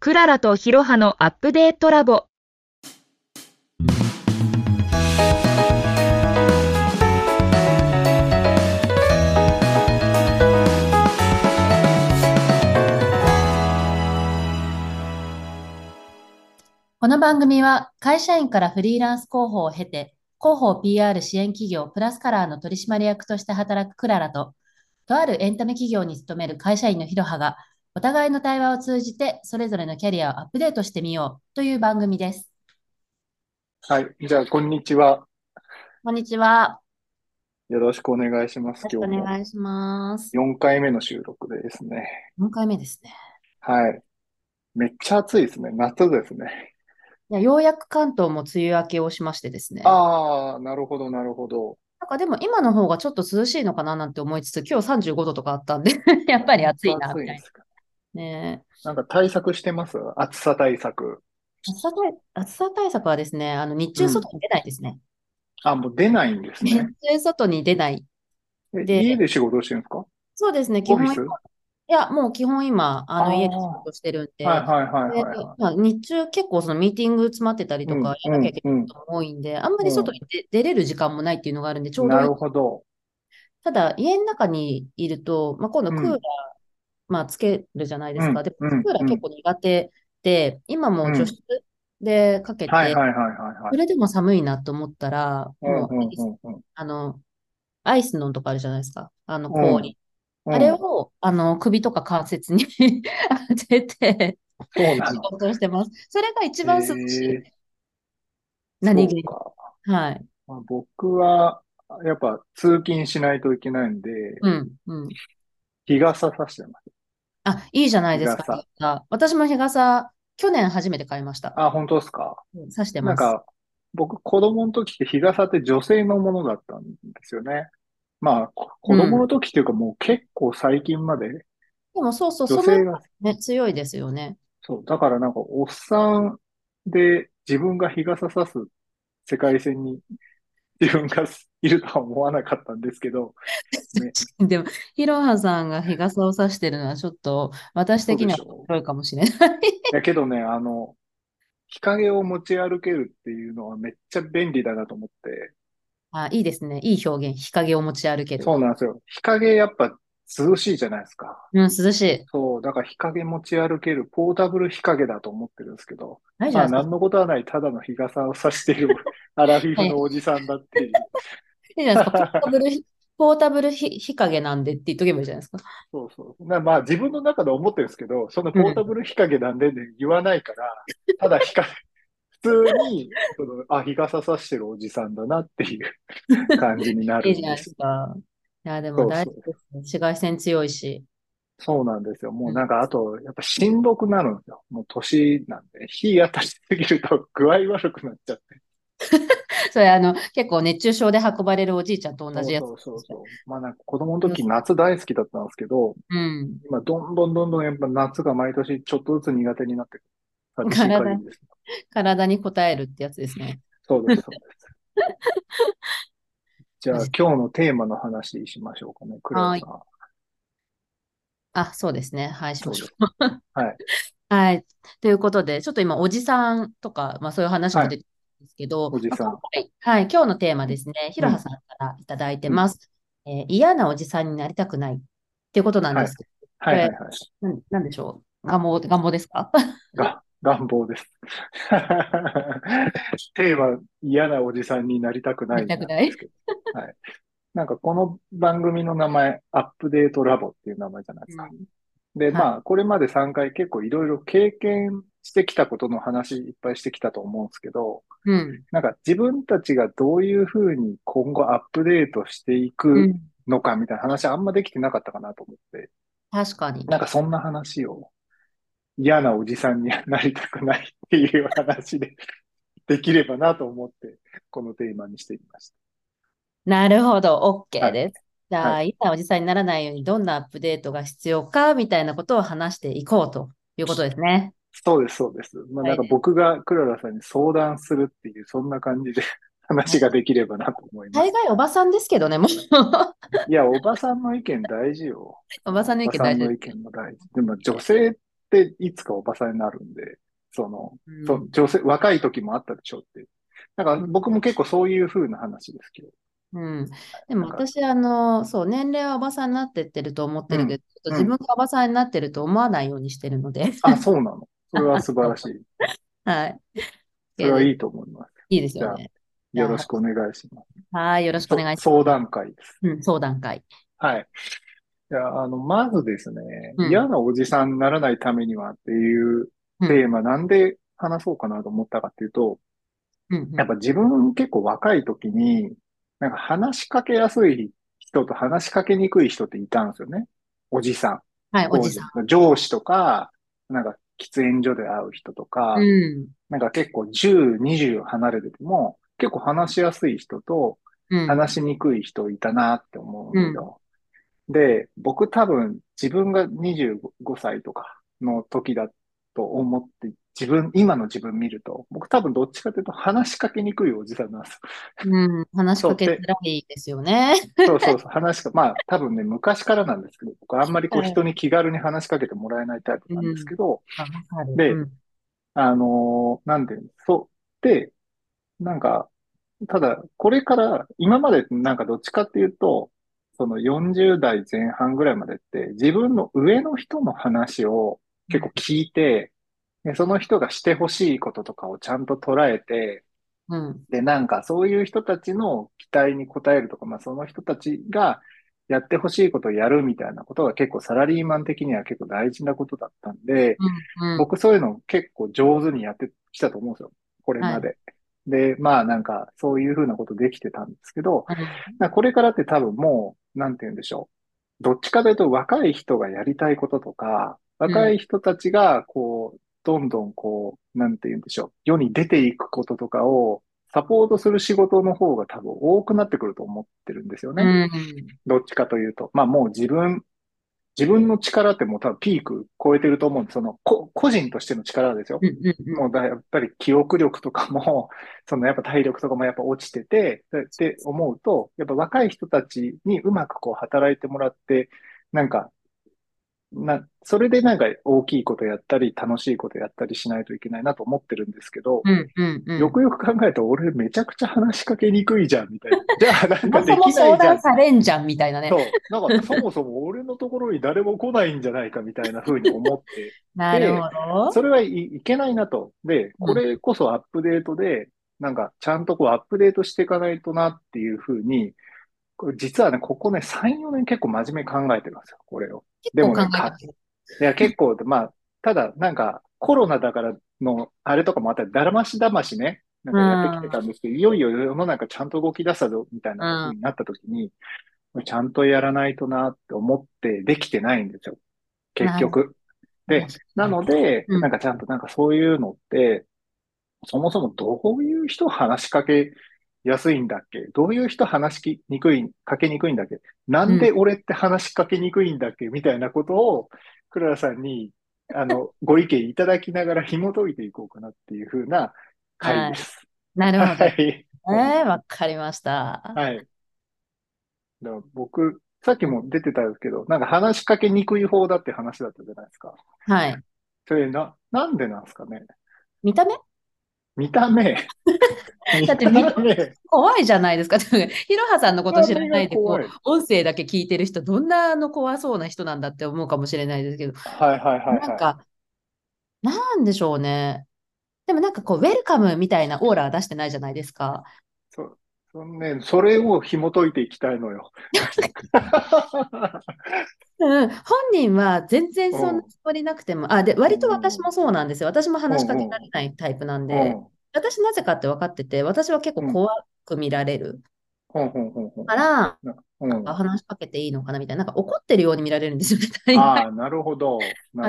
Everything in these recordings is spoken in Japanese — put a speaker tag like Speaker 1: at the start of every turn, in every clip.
Speaker 1: クララとヒロハのアップデートラボ。
Speaker 2: この番組は会社員からフリーランス広報を経て、広報 PR 支援企業プラスカラーの取締役として働くクララと、とあるエンタメ企業に勤める会社員のヒロハが、お互いの対話を通じてそれぞれのキャリアをアップデートしてみようという番組です。
Speaker 3: はい。じゃあ、こんにちは。
Speaker 2: こんにちは。
Speaker 3: よろしくお願いします。
Speaker 2: よろしくお
Speaker 3: 今日
Speaker 2: 願いします。
Speaker 3: も4回目の収録でですね。
Speaker 2: 4回目ですね。
Speaker 3: はい。めっちゃ暑いですね。夏ですね。
Speaker 2: いやようやく関東も梅雨明けをしましてですね。なん
Speaker 3: ああ、なるほど、なるほど。
Speaker 2: かでも今の方がちょっと涼しいのかななんて思いつつ、今日35度とかあったんで、 やっぱり暑いな、
Speaker 3: 暑
Speaker 2: み
Speaker 3: いで
Speaker 2: たいな。
Speaker 3: すか。
Speaker 2: ね
Speaker 3: なんか対策してます暑さ対策。
Speaker 2: 暑さ対、暑さ対策はですね、あの日
Speaker 3: う
Speaker 2: 中
Speaker 3: ん
Speaker 2: 外に出ないですね。
Speaker 3: あ、もう出ないんです
Speaker 2: 日
Speaker 3: ね。
Speaker 2: 中外に出ない。
Speaker 3: え
Speaker 2: で
Speaker 3: 家で仕事してるんですか
Speaker 2: そうですね、基
Speaker 3: オフ
Speaker 2: 本
Speaker 3: ィス
Speaker 2: 今、いや、もう基本今、あの
Speaker 3: あー
Speaker 2: 家で仕事してるんで、
Speaker 3: はいはいはいはい
Speaker 2: で
Speaker 3: は
Speaker 2: まあ、日中結構そのミーティング詰まってたり
Speaker 3: い。
Speaker 2: とか
Speaker 3: う
Speaker 2: や
Speaker 3: ん
Speaker 2: らなきゃいけ
Speaker 3: うんうん
Speaker 2: ないことも多いんで、あんまり外に出、出れる時間もないっていうのがあるんで、ちょうど
Speaker 3: ない
Speaker 2: い
Speaker 3: るほど。
Speaker 2: ただ、家の中にいると、まあ、今度
Speaker 3: うん
Speaker 2: クーラー、まあ、つけるじゃないですか。
Speaker 3: うん
Speaker 2: で、ク
Speaker 3: うん
Speaker 2: ーラー結構苦手で、今も
Speaker 3: うん
Speaker 2: 除湿でかけて、
Speaker 3: はいはいはいはいは
Speaker 2: そ
Speaker 3: い。
Speaker 2: れでも寒いなと思ったら、もう
Speaker 3: うんうんうんうん
Speaker 2: あの、アイスのんとかあるじゃないですか。あの、
Speaker 3: うん
Speaker 2: 氷。
Speaker 3: うん
Speaker 2: あれを、あの、首とか関節に 当てて、
Speaker 3: そうな
Speaker 2: 仕
Speaker 3: の。
Speaker 2: 事をしてます。それが一番涼しい。
Speaker 3: えー
Speaker 2: 何
Speaker 3: そう
Speaker 2: 気に。
Speaker 3: か。
Speaker 2: はい。
Speaker 3: まあ、僕は、やっぱ通勤しないといけないんで、
Speaker 2: うん、うん。
Speaker 3: 日傘差してます。
Speaker 2: あ、いいじゃないですか、
Speaker 3: 日傘
Speaker 2: 日傘私も日傘、去年初めて買いました。
Speaker 3: あ、本当ですか
Speaker 2: 差して
Speaker 3: なん
Speaker 2: ます。
Speaker 3: か、僕、子供の時って日傘って女性のものだったんですよね。まあ、こ子供の時っていうかもう結構最近まで
Speaker 2: でも、そうそう、
Speaker 3: 女
Speaker 2: そ
Speaker 3: 性
Speaker 2: の
Speaker 3: が、
Speaker 2: ね、強いですよね。
Speaker 3: そう、だからなんかおっさんで自分が日傘差す世界線に自分がいるとは思わなかったんですけど、ね
Speaker 2: でも、ヒロハさんが日傘を差してるのは、ちょっと、私
Speaker 3: そう
Speaker 2: 的に
Speaker 3: で
Speaker 2: は
Speaker 3: しょ
Speaker 2: 強いかもしれない。
Speaker 3: だけどね、あの、日陰を持ち歩けるっていうのはめっちゃ便利だなと思って。
Speaker 2: あ、いいですね。いい表現。日陰を持ち歩ける。
Speaker 3: そうなんですよ。日陰やっぱ涼しいじゃないですか。
Speaker 2: うん、涼しい。
Speaker 3: そう、だから日陰持ち歩けるポータブル日陰だと思ってるんですけど、
Speaker 2: ないじ
Speaker 3: ま
Speaker 2: ゃ
Speaker 3: あ
Speaker 2: ないで
Speaker 3: 何
Speaker 2: すか。
Speaker 3: のことはない、ただの日傘を差してい るアラフィフのおじさんだっていう。
Speaker 2: いいじゃないですか。ポータブルひ、ポータブルひ日陰なんでって言っとけばいいじゃないですか。
Speaker 3: そうそう。なまあ自分の中で思ってるんですけど、そのポータブル日陰なんでね、言わない から、ただ日陰、普通に、その、あ、日傘差してるおじさんだなっていう感じにないる
Speaker 2: い
Speaker 3: ん
Speaker 2: じゃない
Speaker 3: で
Speaker 2: ですす。か。いや、で
Speaker 3: そ
Speaker 2: も
Speaker 3: う
Speaker 2: 大
Speaker 3: そ
Speaker 2: 丈
Speaker 3: う
Speaker 2: 夫ですね。紫外線強いし。
Speaker 3: そうなんですよ。もうなんか、あと、やっぱしんどくなるんですよ。もう年なんで、日当たりすぎると 具合悪くなっちゃって。
Speaker 2: それ、あの、結構熱中症で運ばれるおじいちゃんと同じやつ。
Speaker 3: そうそうそうそう。まあなんか子供の時夏大好きだったんですけど、
Speaker 2: うん。
Speaker 3: 今どんどんどんどんやっぱ夏が毎年ちょっとずつ苦手になってくる。寂しい限りです。
Speaker 2: 体に応えるってやつですね。
Speaker 3: そうです、そうです。じゃあ今日のテーマの話しましょうかね、クレオさん。
Speaker 2: あ、そうですね。はい、しましょう。
Speaker 3: はい。
Speaker 2: はい。ということで、ちょっと今、おじさんとか、まあそういう話も出てるんですけど、
Speaker 3: はいおじさん
Speaker 2: まあ今回はい、今日のテーマですね、ひろはさんからいただいてます。えー嫌なおじさんになりたくないっていうことなんですけ
Speaker 3: はいはいはい。
Speaker 2: ど、なんなんでしょう願望、願望ですか
Speaker 3: が、願望です。 テーマ、嫌なおじさんになりたくないんですけど。はい。なんかこの番組の名前、アップデートラボっていう名前じゃないですか。で、
Speaker 2: い
Speaker 3: まあ、これまで3回結構いろいろ経験してきたことの話いっぱいしてきたと思うんですけど、
Speaker 2: うん。
Speaker 3: なんか自分たちがどういうふうに今後アップデートしていうく
Speaker 2: ん。
Speaker 3: のかみたいな話あんまできてなかったかなと思って、
Speaker 2: 確かに。
Speaker 3: なんかそんな話を嫌なおじさんにはなりたくないっていう話でできればなと思って、このテーマにしてみまし
Speaker 2: なるほど、
Speaker 3: は
Speaker 2: OK
Speaker 3: い
Speaker 2: です。じゃあ、
Speaker 3: は
Speaker 2: 嫌なおじさんにならないようにどんなアップデートが必要かみたいなことを話していこうということですね。
Speaker 3: た。そうです、そうです。まあ
Speaker 2: はい
Speaker 3: なんか僕がクララさんに相談するっていう、そんな感じで 話ができればなと思いま
Speaker 2: 大
Speaker 3: す。
Speaker 2: 概おばさんですけどね、もう。
Speaker 3: いや、おばさんの意見大事よ。
Speaker 2: おばさんの意見大事
Speaker 3: おばさんの意見も大事。でも女性っていつかおばさんになるんで、その、
Speaker 2: うん
Speaker 3: そう女性、若い時もあったでしょって。なんか僕も結構そういう風な話ですけど。
Speaker 2: うん、でも
Speaker 3: なんか
Speaker 2: 私、あの、そう、年齢はおばさんになってってると思ってるけど、ちょっと
Speaker 3: うん
Speaker 2: 自分がおばさんになってると思わないようにしてるので、
Speaker 3: あ、そうなの。それは素晴らしい。
Speaker 2: はい。
Speaker 3: それはいいと思います。
Speaker 2: いいですよね。
Speaker 3: よろしくお願いします。
Speaker 2: はい、よろしくお願いし
Speaker 3: 相談会です。
Speaker 2: ます。うん、相談会。
Speaker 3: はい。いや、あの、まずですね、
Speaker 2: うん
Speaker 3: 嫌なおじさんにならないためにはっていう
Speaker 2: うん
Speaker 3: テーマ、なんで話そうかなと思ったかっていうと、
Speaker 2: うん、
Speaker 3: やっぱ自分結構若い時に、なんか話しかけやすい人と話しかけにくい人っていたんですよね。おじさん。
Speaker 2: はい、おじさん。
Speaker 3: 上司とか、なんか喫煙所で会う人とか、
Speaker 2: うん、
Speaker 3: なんか結構10、20離れてても、結構話しやすい人と
Speaker 2: うん、
Speaker 3: 話しにくい人いたなって思うんだよ。で、僕多分自分が25歳とかの時だと思って、自分、今の自分見ると、僕多分どっちかというと話しかけにくいおじさんなんですよ。
Speaker 2: うん、話しかけづらいですよね。
Speaker 3: そうそうそう、話しか、まあ多分ね、昔からなんですけど、僕あんまりこう人に気軽に話しかけてもらえないタイプなんですけど、
Speaker 2: わかる
Speaker 3: で
Speaker 2: うん、
Speaker 3: あのーなんていうの、そう。で、なんか、ただ、これから、今までなんかどっちかっていうと、その40代前半ぐらいまでって、自分の上の人の話を結構聞いて、でその人がしてほしいこととかをちゃんと捉えて、
Speaker 2: うん、
Speaker 3: で、なんかそういう人たちの期待に応えるとか、まあその人たちがやってほしいことをやるみたいなことが結構サラリーマン的には結構大事なことだったんで、
Speaker 2: うん、うん、
Speaker 3: 僕そういうの結構上手にやってきたと思うんですよ。これまで。で、まあなんかそういうふうなことできてたんですけど、なんかこれからって多分もう、なんて言うんでしょう。どっちかというと若い人がやりたいこととか、若い人たちがこう、どんどんこう、なんて言うんでしょう。世に出ていくこととかをサポートする仕事の方が多分多くなってくると思ってるんですよね。
Speaker 2: うん、
Speaker 3: どっちかというと、まあもう自分、自分の力ってもう多分ピーク超えてると思うんです。その、こ、個人としての力ですよ
Speaker 2: う。ん、うん、うん
Speaker 3: もうだ、やっぱり記憶力とかも、 そのやっぱ体力とかもやっぱ落ちてて、でって思うと、やっぱ若い人たちにうまくこう働いてもらって、なんか、な、それでなんか大きいことやったり、楽しいことやったりしないといけないなと思ってるんですけど、
Speaker 2: うん、うん、うん。
Speaker 3: よくよく考えると、俺めちゃくちゃ話しかけにくいじゃん、み たいな。じゃあなん
Speaker 2: そも
Speaker 3: かで
Speaker 2: そも
Speaker 3: きない
Speaker 2: 相
Speaker 3: じゃ
Speaker 2: 談
Speaker 3: ん。
Speaker 2: されんじゃんみたいなね。
Speaker 3: そう。なんか、そもそも俺のところに誰も来ないんじゃないかみたいな風に思って、
Speaker 2: なるほど。
Speaker 3: それはい、いけないなと。で、これこそアップデートで、なんか、ちゃんとこうアップデートしていかないとなっていう風に、これ実はね、ここね、3、4年結構真面目に考えてるんですよ、これを。でもね、
Speaker 2: 結構考えてる
Speaker 3: いや、結構、まあ、ただ、なんか、コロナだからの、あれとかもあったり、だらましだましね、なんかやってきてたんですけど、いよいよ世の中ちゃんと動き出したぞ、みたいなことになった時に、ちゃんとやらないとなって思ってできてないんですよ。結局。で、なので、
Speaker 2: うん
Speaker 3: なんかちゃんとなんかそういうのって、そもそもどういう人話しかけやすいんだっけどういう人話しにくい、かけにくいんだっけなんで俺って話しかけにくいんだっけみたいなことを、クララさんに、あ の、ご意見いただきながら紐解いていこうかなっていうふうな回です。
Speaker 2: なるほど
Speaker 3: は。い。
Speaker 2: ね、わかりました。
Speaker 3: はい。だから僕、さっきも出てたけど、なんか話しかけにくい方だって話だったじゃないですか。
Speaker 2: はい。
Speaker 3: それな、なんでなんですかね
Speaker 2: 見た目
Speaker 3: 見た目。
Speaker 2: だって
Speaker 3: 見た目。
Speaker 2: 怖いじゃないですか。 ひろはさんのこと知らないで、
Speaker 3: 見た
Speaker 2: こ、
Speaker 3: 目が怖いう
Speaker 2: 音声だけ聞いてる人、どんなあの怖そうな人なんだって思うかもしれないですけど、
Speaker 3: はいはいはい
Speaker 2: なん
Speaker 3: は
Speaker 2: か、なんでしょうね。でもなんかこう、ウェルカムみたいなオーラは出してないじゃないですか。
Speaker 3: い。そ、そのね、それを紐解いていきたいの よ。
Speaker 2: うん、本人は全然そん
Speaker 3: うん
Speaker 2: なつもりなくても、あ、で、割と私もそうなんですよ。私も話しかけられないタイプなん
Speaker 3: う
Speaker 2: で、
Speaker 3: ん、うん、
Speaker 2: 私なぜかって分かってて、私は結構怖く見られる
Speaker 3: うん、うん、うん
Speaker 2: から、
Speaker 3: うん。
Speaker 2: あ
Speaker 3: あ
Speaker 2: 話しかけていいのかなみたいな、なんか怒ってるように見られるんですよね、大概。
Speaker 3: あー、なるほど。
Speaker 2: ま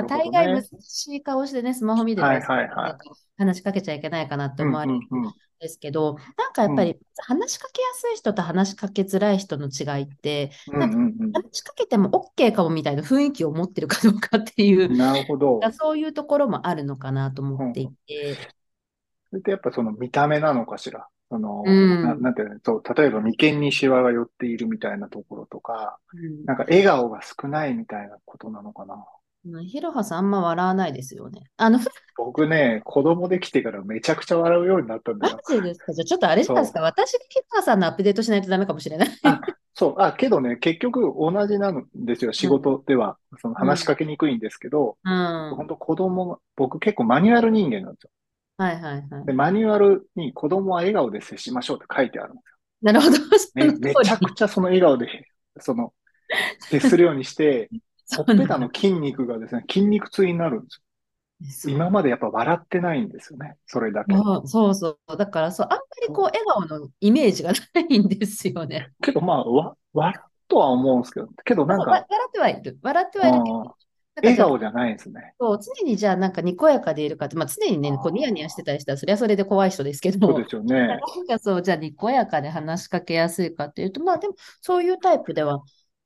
Speaker 3: な
Speaker 2: あ
Speaker 3: るほ
Speaker 2: 大
Speaker 3: ど
Speaker 2: 概
Speaker 3: ね
Speaker 2: 難。しい顔してね、スマホ見てた
Speaker 3: は
Speaker 2: り
Speaker 3: いはいはい
Speaker 2: なんか話しかけちゃいけないかなって
Speaker 3: うん、
Speaker 2: 思われるん
Speaker 3: うん、うん。
Speaker 2: ですけど、なんかやっぱり話しかけやすい人と話しかけづらい人の違いって、
Speaker 3: うん、うん、
Speaker 2: 話しかけても OK かもみたいな雰囲気を持ってるかどうかっていう
Speaker 3: うん。なるほど。
Speaker 2: そういうところもあるのかなと思っていて、
Speaker 3: それってやっぱその見た目なのかしら。その、
Speaker 2: うん
Speaker 3: な、なんていうの、そう、例えば眉間にシワが寄っているみたいなところとか、
Speaker 2: うん
Speaker 3: なんか笑顔が少ないみたいなことなのかな。
Speaker 2: うんヒロハさんあんま笑わないですよね。あの、ふ
Speaker 3: 僕ね、子供できてからめちゃくちゃ笑うようになったんだ
Speaker 2: マ
Speaker 3: よ。
Speaker 2: ジですかじゃあちょっとあれじゃないですか。私がヒロハさんのアップデートしないとダメかもしれない。
Speaker 3: そう、あ、けどね、結局同じなんですよ、仕事では。その話しかけにくいんですけど、
Speaker 2: うん。は
Speaker 3: 本当子供が、僕結構マニュアル人間なんですよ。
Speaker 2: いはいはい。
Speaker 3: で、マニュアルに子供は笑顔で接しましょうって書いてあるんで
Speaker 2: なるほど。
Speaker 3: す よ。め、めちゃくちゃその笑顔で、その、接するようにして、
Speaker 2: そ
Speaker 3: ほ
Speaker 2: う
Speaker 3: っ
Speaker 2: なん
Speaker 3: ぺたの筋肉がですね、筋肉痛になるんです
Speaker 2: です
Speaker 3: よ。今までやっぱ笑ってないんですよね、それだけ。
Speaker 2: そうそうそう。だからそう、あんまりこう、笑顔のイメージがないんですよね。
Speaker 3: けどまあ、わ、笑うとは思うんですけど、けどなん
Speaker 2: わ笑
Speaker 3: か、
Speaker 2: ってはいる。笑ってはいるけど、
Speaker 3: あー
Speaker 2: なんかちょっ
Speaker 3: 笑
Speaker 2: と
Speaker 3: 顔じゃないんですね。
Speaker 2: そう、常にじゃあなんかにこやかでいるかって、まあ、常にね、こうニヤニヤしてたりしたら、そりゃそれで怖い人ですけど
Speaker 3: そう
Speaker 2: も、
Speaker 3: ですよね。
Speaker 2: なんかそう、じゃあにこやかで話しかけやすいかっていうと、まあでも、そういうタイプでは、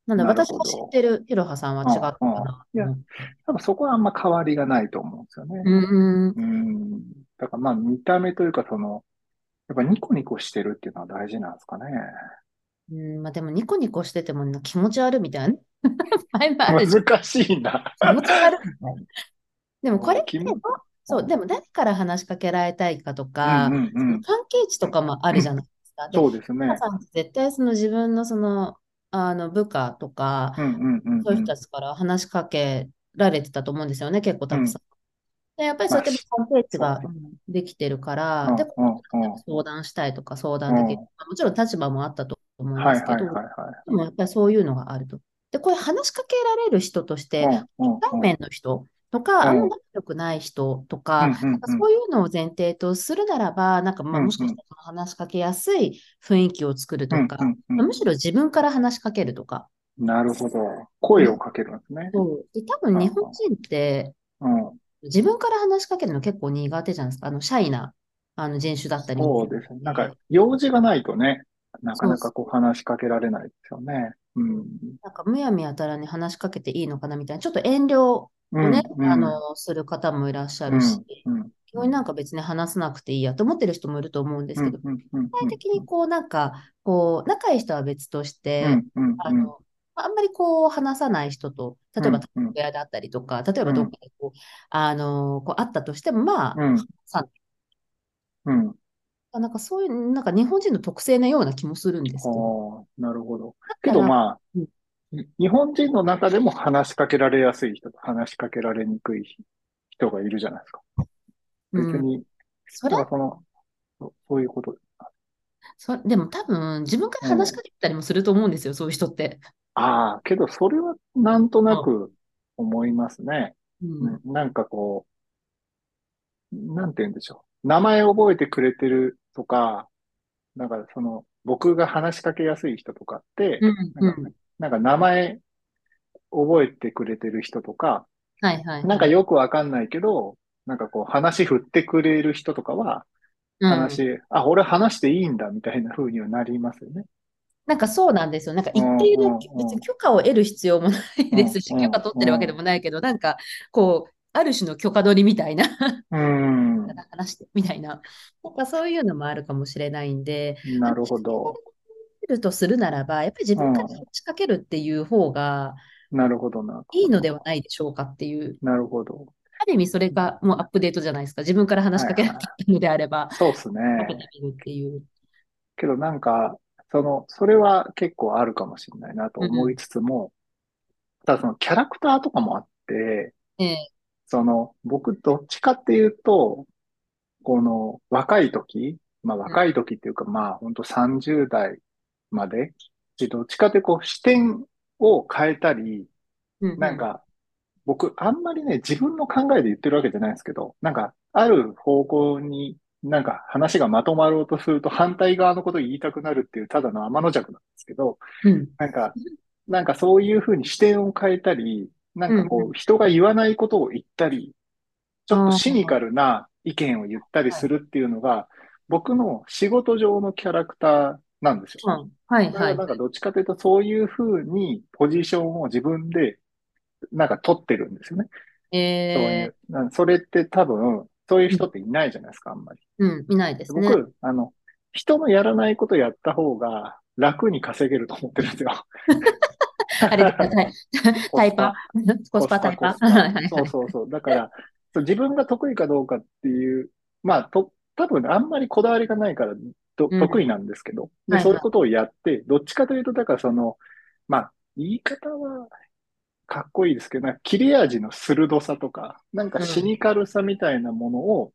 Speaker 2: なんだ、
Speaker 3: なる
Speaker 2: 私
Speaker 3: ほ
Speaker 2: が
Speaker 3: ど
Speaker 2: 知ってるヒロハさんは違ったかな。
Speaker 3: うんうんいや多分そこはあんま変わりがないと思うんですよね。
Speaker 2: うん、うん、
Speaker 3: うん。だからまあ見た目というかその、やっぱニコニコしてるっていうのは大事なんですかね。
Speaker 2: うん、まあでも、ニコニコしてても気持ち悪いみたいなね。 前もあるじ
Speaker 3: 難しいな。
Speaker 2: ゃん。気持ち悪いみたいな。でも、これっ
Speaker 3: 気
Speaker 2: て
Speaker 3: 持ち、
Speaker 2: そう、でも誰から話しかけられたいかと
Speaker 3: う
Speaker 2: か、
Speaker 3: んうんうん。
Speaker 2: 関係値とかもあるじゃないですか。で
Speaker 3: そうですね。
Speaker 2: 皆さんって絶対その自分のその、あの部下とか、
Speaker 3: うんうんうん
Speaker 2: そういう
Speaker 3: う
Speaker 2: 人
Speaker 3: ん。
Speaker 2: たちから話しかけられてたと思うんですよね、結構たくさん。で、やっぱりそうやって
Speaker 3: ま
Speaker 2: 関係値が
Speaker 3: そう
Speaker 2: うんできてるから、
Speaker 3: うん
Speaker 2: で、
Speaker 3: うんうん
Speaker 2: 相談したいとか相談できる。もちろん立場もあったと思うん
Speaker 3: は
Speaker 2: で
Speaker 3: い
Speaker 2: すけ
Speaker 3: はい
Speaker 2: ど、
Speaker 3: はい
Speaker 2: でもやっぱりそういうのがあると。で、こういう話しかけられる人として、
Speaker 3: はい。うんうん
Speaker 2: 対
Speaker 3: うん。
Speaker 2: 面の人とか、
Speaker 3: うん
Speaker 2: あんま仲良くない人とか、
Speaker 3: うんうんうん
Speaker 2: なんかそういうのを前提とするならば、なんかまあ
Speaker 3: うん
Speaker 2: もしかしたら話しかけやすい雰囲気を作るとか、
Speaker 3: うんうんうん
Speaker 2: むしろ自分から話しかけるとか。
Speaker 3: なるほど。声をかけるんですね。
Speaker 2: そうで多分日本人って
Speaker 3: うん。
Speaker 2: 自分から話しかけるの結構苦手じゃないですか。あの、シャイなあの人種だったり。
Speaker 3: そうですね。なんか、用事がないとね、なかなかこう話しかけられないですよね。うん。
Speaker 2: なんかむやみやたらに話しかけていいのかなみたいな、ちょっと遠慮を
Speaker 3: うん
Speaker 2: ね、
Speaker 3: うん
Speaker 2: あの、する方もいらっしゃ
Speaker 3: うん
Speaker 2: るし、
Speaker 3: うん
Speaker 2: 基本なんか別に話さなくていいやと思ってる人もいると思うんですけど、
Speaker 3: うんうん
Speaker 2: 具体的にこうなんか、こう、仲いい人は別とし
Speaker 3: う
Speaker 2: て、
Speaker 3: んうんうん
Speaker 2: あの、あんまりこう話さない人と、例えば、
Speaker 3: うんうん
Speaker 2: 部屋だったりとか、例えばどっかでこう、あの、こう会ったとしても、まあ、
Speaker 3: うん
Speaker 2: さ
Speaker 3: うん。
Speaker 2: なんかそういう、なんか日本人の特性なような気もするんですけど、
Speaker 3: ああ、なるほど。
Speaker 2: だ
Speaker 3: け
Speaker 2: か
Speaker 3: ど
Speaker 2: ら
Speaker 3: まあ
Speaker 2: うん、
Speaker 3: 日本人の中でも話しかけられやすい人と話しかけられにくい人がいるじゃないですか。
Speaker 2: う
Speaker 3: 別
Speaker 2: ん、
Speaker 3: に、
Speaker 2: それ
Speaker 3: だからその、そうそういうこと。
Speaker 2: そ、でも多分、自分から話しかけたりもすると思うんですよ、そういう人って。
Speaker 3: ああ、けどそれはなんとなく思いますね。
Speaker 2: うん
Speaker 3: うんなんかこう、なんて言うんでしょう。名前覚えてくれてるとか、なんかその、僕が話しかけやすい人とかって、
Speaker 2: うん、
Speaker 3: な
Speaker 2: うん
Speaker 3: んかなんか名前覚えてくれてる人とか、
Speaker 2: はいはい。
Speaker 3: なんかよくわかんないけど、なんかこう話振ってくれる人とかは、
Speaker 2: うん
Speaker 3: 話、あ、俺話していいんだみたいな風にはなりますよね。
Speaker 2: なんかそうなんですよ。なんか一
Speaker 3: う
Speaker 2: 定
Speaker 3: んうんう
Speaker 2: の
Speaker 3: ん
Speaker 2: 別に許可を得る必要もないですし、
Speaker 3: うんうんう
Speaker 2: 許
Speaker 3: ん
Speaker 2: 可取ってるわけでもないけど、なんかこう、ある種の許可取りみたいな、
Speaker 3: うーん、
Speaker 2: 話してみたいな、なんかそういうのもあるかもしれないんで、
Speaker 3: なるほど。
Speaker 2: るとするならば、やっぱり自分から
Speaker 3: うん
Speaker 2: 話しかけるっていう方が
Speaker 3: なるほどな。
Speaker 2: いいのではないでしょうかっていう、
Speaker 3: なるほど。
Speaker 2: ある意味それがもうアップデートじゃないですか。自分から話しかけなかったのであれば、
Speaker 3: そうですね。
Speaker 2: かけてみるっていう。
Speaker 3: けどなんか、その、それは結構あるかもしれないなと思いつつも、ただそのキャラクターとかもあって、
Speaker 2: ええ
Speaker 3: その、僕、どっちかっていうと、この、若い時、まあ若い時っていうか、まあ本当30代まで、でどっちかってこう、視点を変えたり、
Speaker 2: うんうん
Speaker 3: なんか、僕、あんまりね、自分の考えで言ってるわけじゃないんですけど、なんか、ある方向に、なんか話がまとまろうとすると反対側のことを言いたくなるっていうただの天の弱なんですけど、
Speaker 2: うん
Speaker 3: なんか、なんかそういうふうに視点を変えたり、なんかこう、人が言わないことを言ったり、ちょっとシニカルな意見を言ったりするっていうのが、僕の仕事上のキャラクターなんです
Speaker 2: う
Speaker 3: よ。
Speaker 2: んはい
Speaker 3: だか
Speaker 2: は
Speaker 3: ら
Speaker 2: い
Speaker 3: なん。かどっちかというと、そういうふうにポジションを自分で、なんか取ってるんですよね。そうい
Speaker 2: え
Speaker 3: う。なんそれって多分、そういう人っていないじゃないですか、あんまり。
Speaker 2: ーうん、見ないですね。
Speaker 3: 僕、あの、人のやらないことやった方が楽に稼げると思ってるんですよ。
Speaker 2: あれですか、タイタイパー、コスパタイパ
Speaker 3: コス
Speaker 2: ー。はいはい
Speaker 3: そうそうそう。だから、そう自分が得意かどうかっていう、まあ、と、多分あんまりこだわりがないから、ど
Speaker 2: うん
Speaker 3: 得意なんですけど、
Speaker 2: はいは
Speaker 3: で、
Speaker 2: い
Speaker 3: そういうことをやって、どっちかというと、だからその、まあ、言い方はかっこいいですけど、なんか切れ味の鋭さとか、なんかシニカルさみたいなものを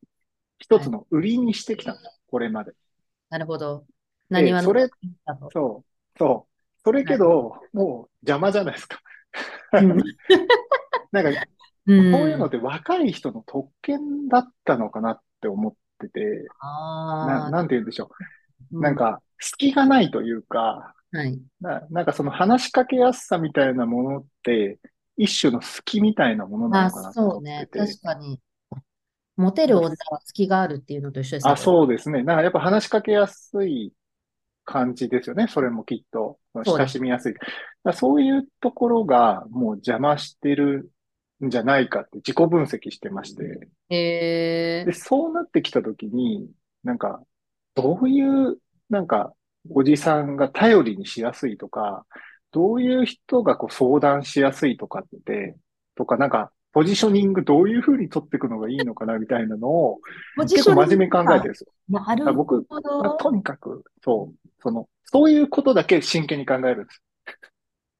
Speaker 3: 一つの売りにしてきたんだ、これまで。
Speaker 2: なるほど。何は
Speaker 3: それ
Speaker 2: だと。
Speaker 3: そう、そう。それけど、もう邪魔じゃないですか。
Speaker 2: うん
Speaker 3: なんか、
Speaker 2: う
Speaker 3: こういうの
Speaker 2: ん
Speaker 3: っ。て若い人の特権だったのかなって思ってて、
Speaker 2: あ
Speaker 3: な、
Speaker 2: あ、
Speaker 3: なんて言うんでしょ
Speaker 2: う
Speaker 3: う。なん、か、隙がないというか、
Speaker 2: はい。
Speaker 3: な、なんかその話しかけやすさみたいなものって、一種の隙みたいなものな
Speaker 2: あ、
Speaker 3: のかなと
Speaker 2: そう
Speaker 3: 思っ
Speaker 2: ね。
Speaker 3: てて。
Speaker 2: 確かに。モテる女は隙があるっていうのと一緒です
Speaker 3: あ、
Speaker 2: う。
Speaker 3: そうですね。なんかやっぱ話しかけやすい感じですよね。それもきっと。
Speaker 2: そうで
Speaker 3: 親
Speaker 2: す
Speaker 3: しみやすい。だからそういうところがもう邪魔してるんじゃないかって自己分析してまして。
Speaker 2: へえ
Speaker 3: で、。そうなってきたときに、なんか、どういう、なんか、おじさんが頼りにしやすいとか、どういう人がこう相談しやすいとかって、とか、なんか、ポジショニングどういうふうに取っていくのがいいのかなみたいなのを、
Speaker 2: ポジ
Speaker 3: 結
Speaker 2: ショ
Speaker 3: 構
Speaker 2: ニング
Speaker 3: 真面目に考えてるんですよ。
Speaker 2: なる
Speaker 3: だから僕、
Speaker 2: ほ
Speaker 3: まあ
Speaker 2: ど。
Speaker 3: とにかく、そう、その、そういうことだけ真剣に考えるんです。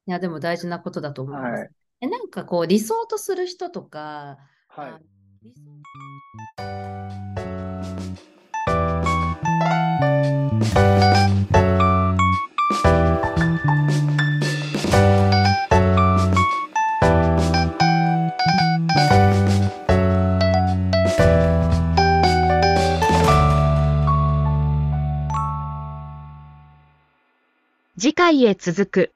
Speaker 2: いや、でも大事なことだと思いま
Speaker 3: は
Speaker 2: す
Speaker 3: い。。
Speaker 2: え、なんかこう、理想とする人とか、
Speaker 3: はい。
Speaker 2: 理想
Speaker 1: 次回へ続く。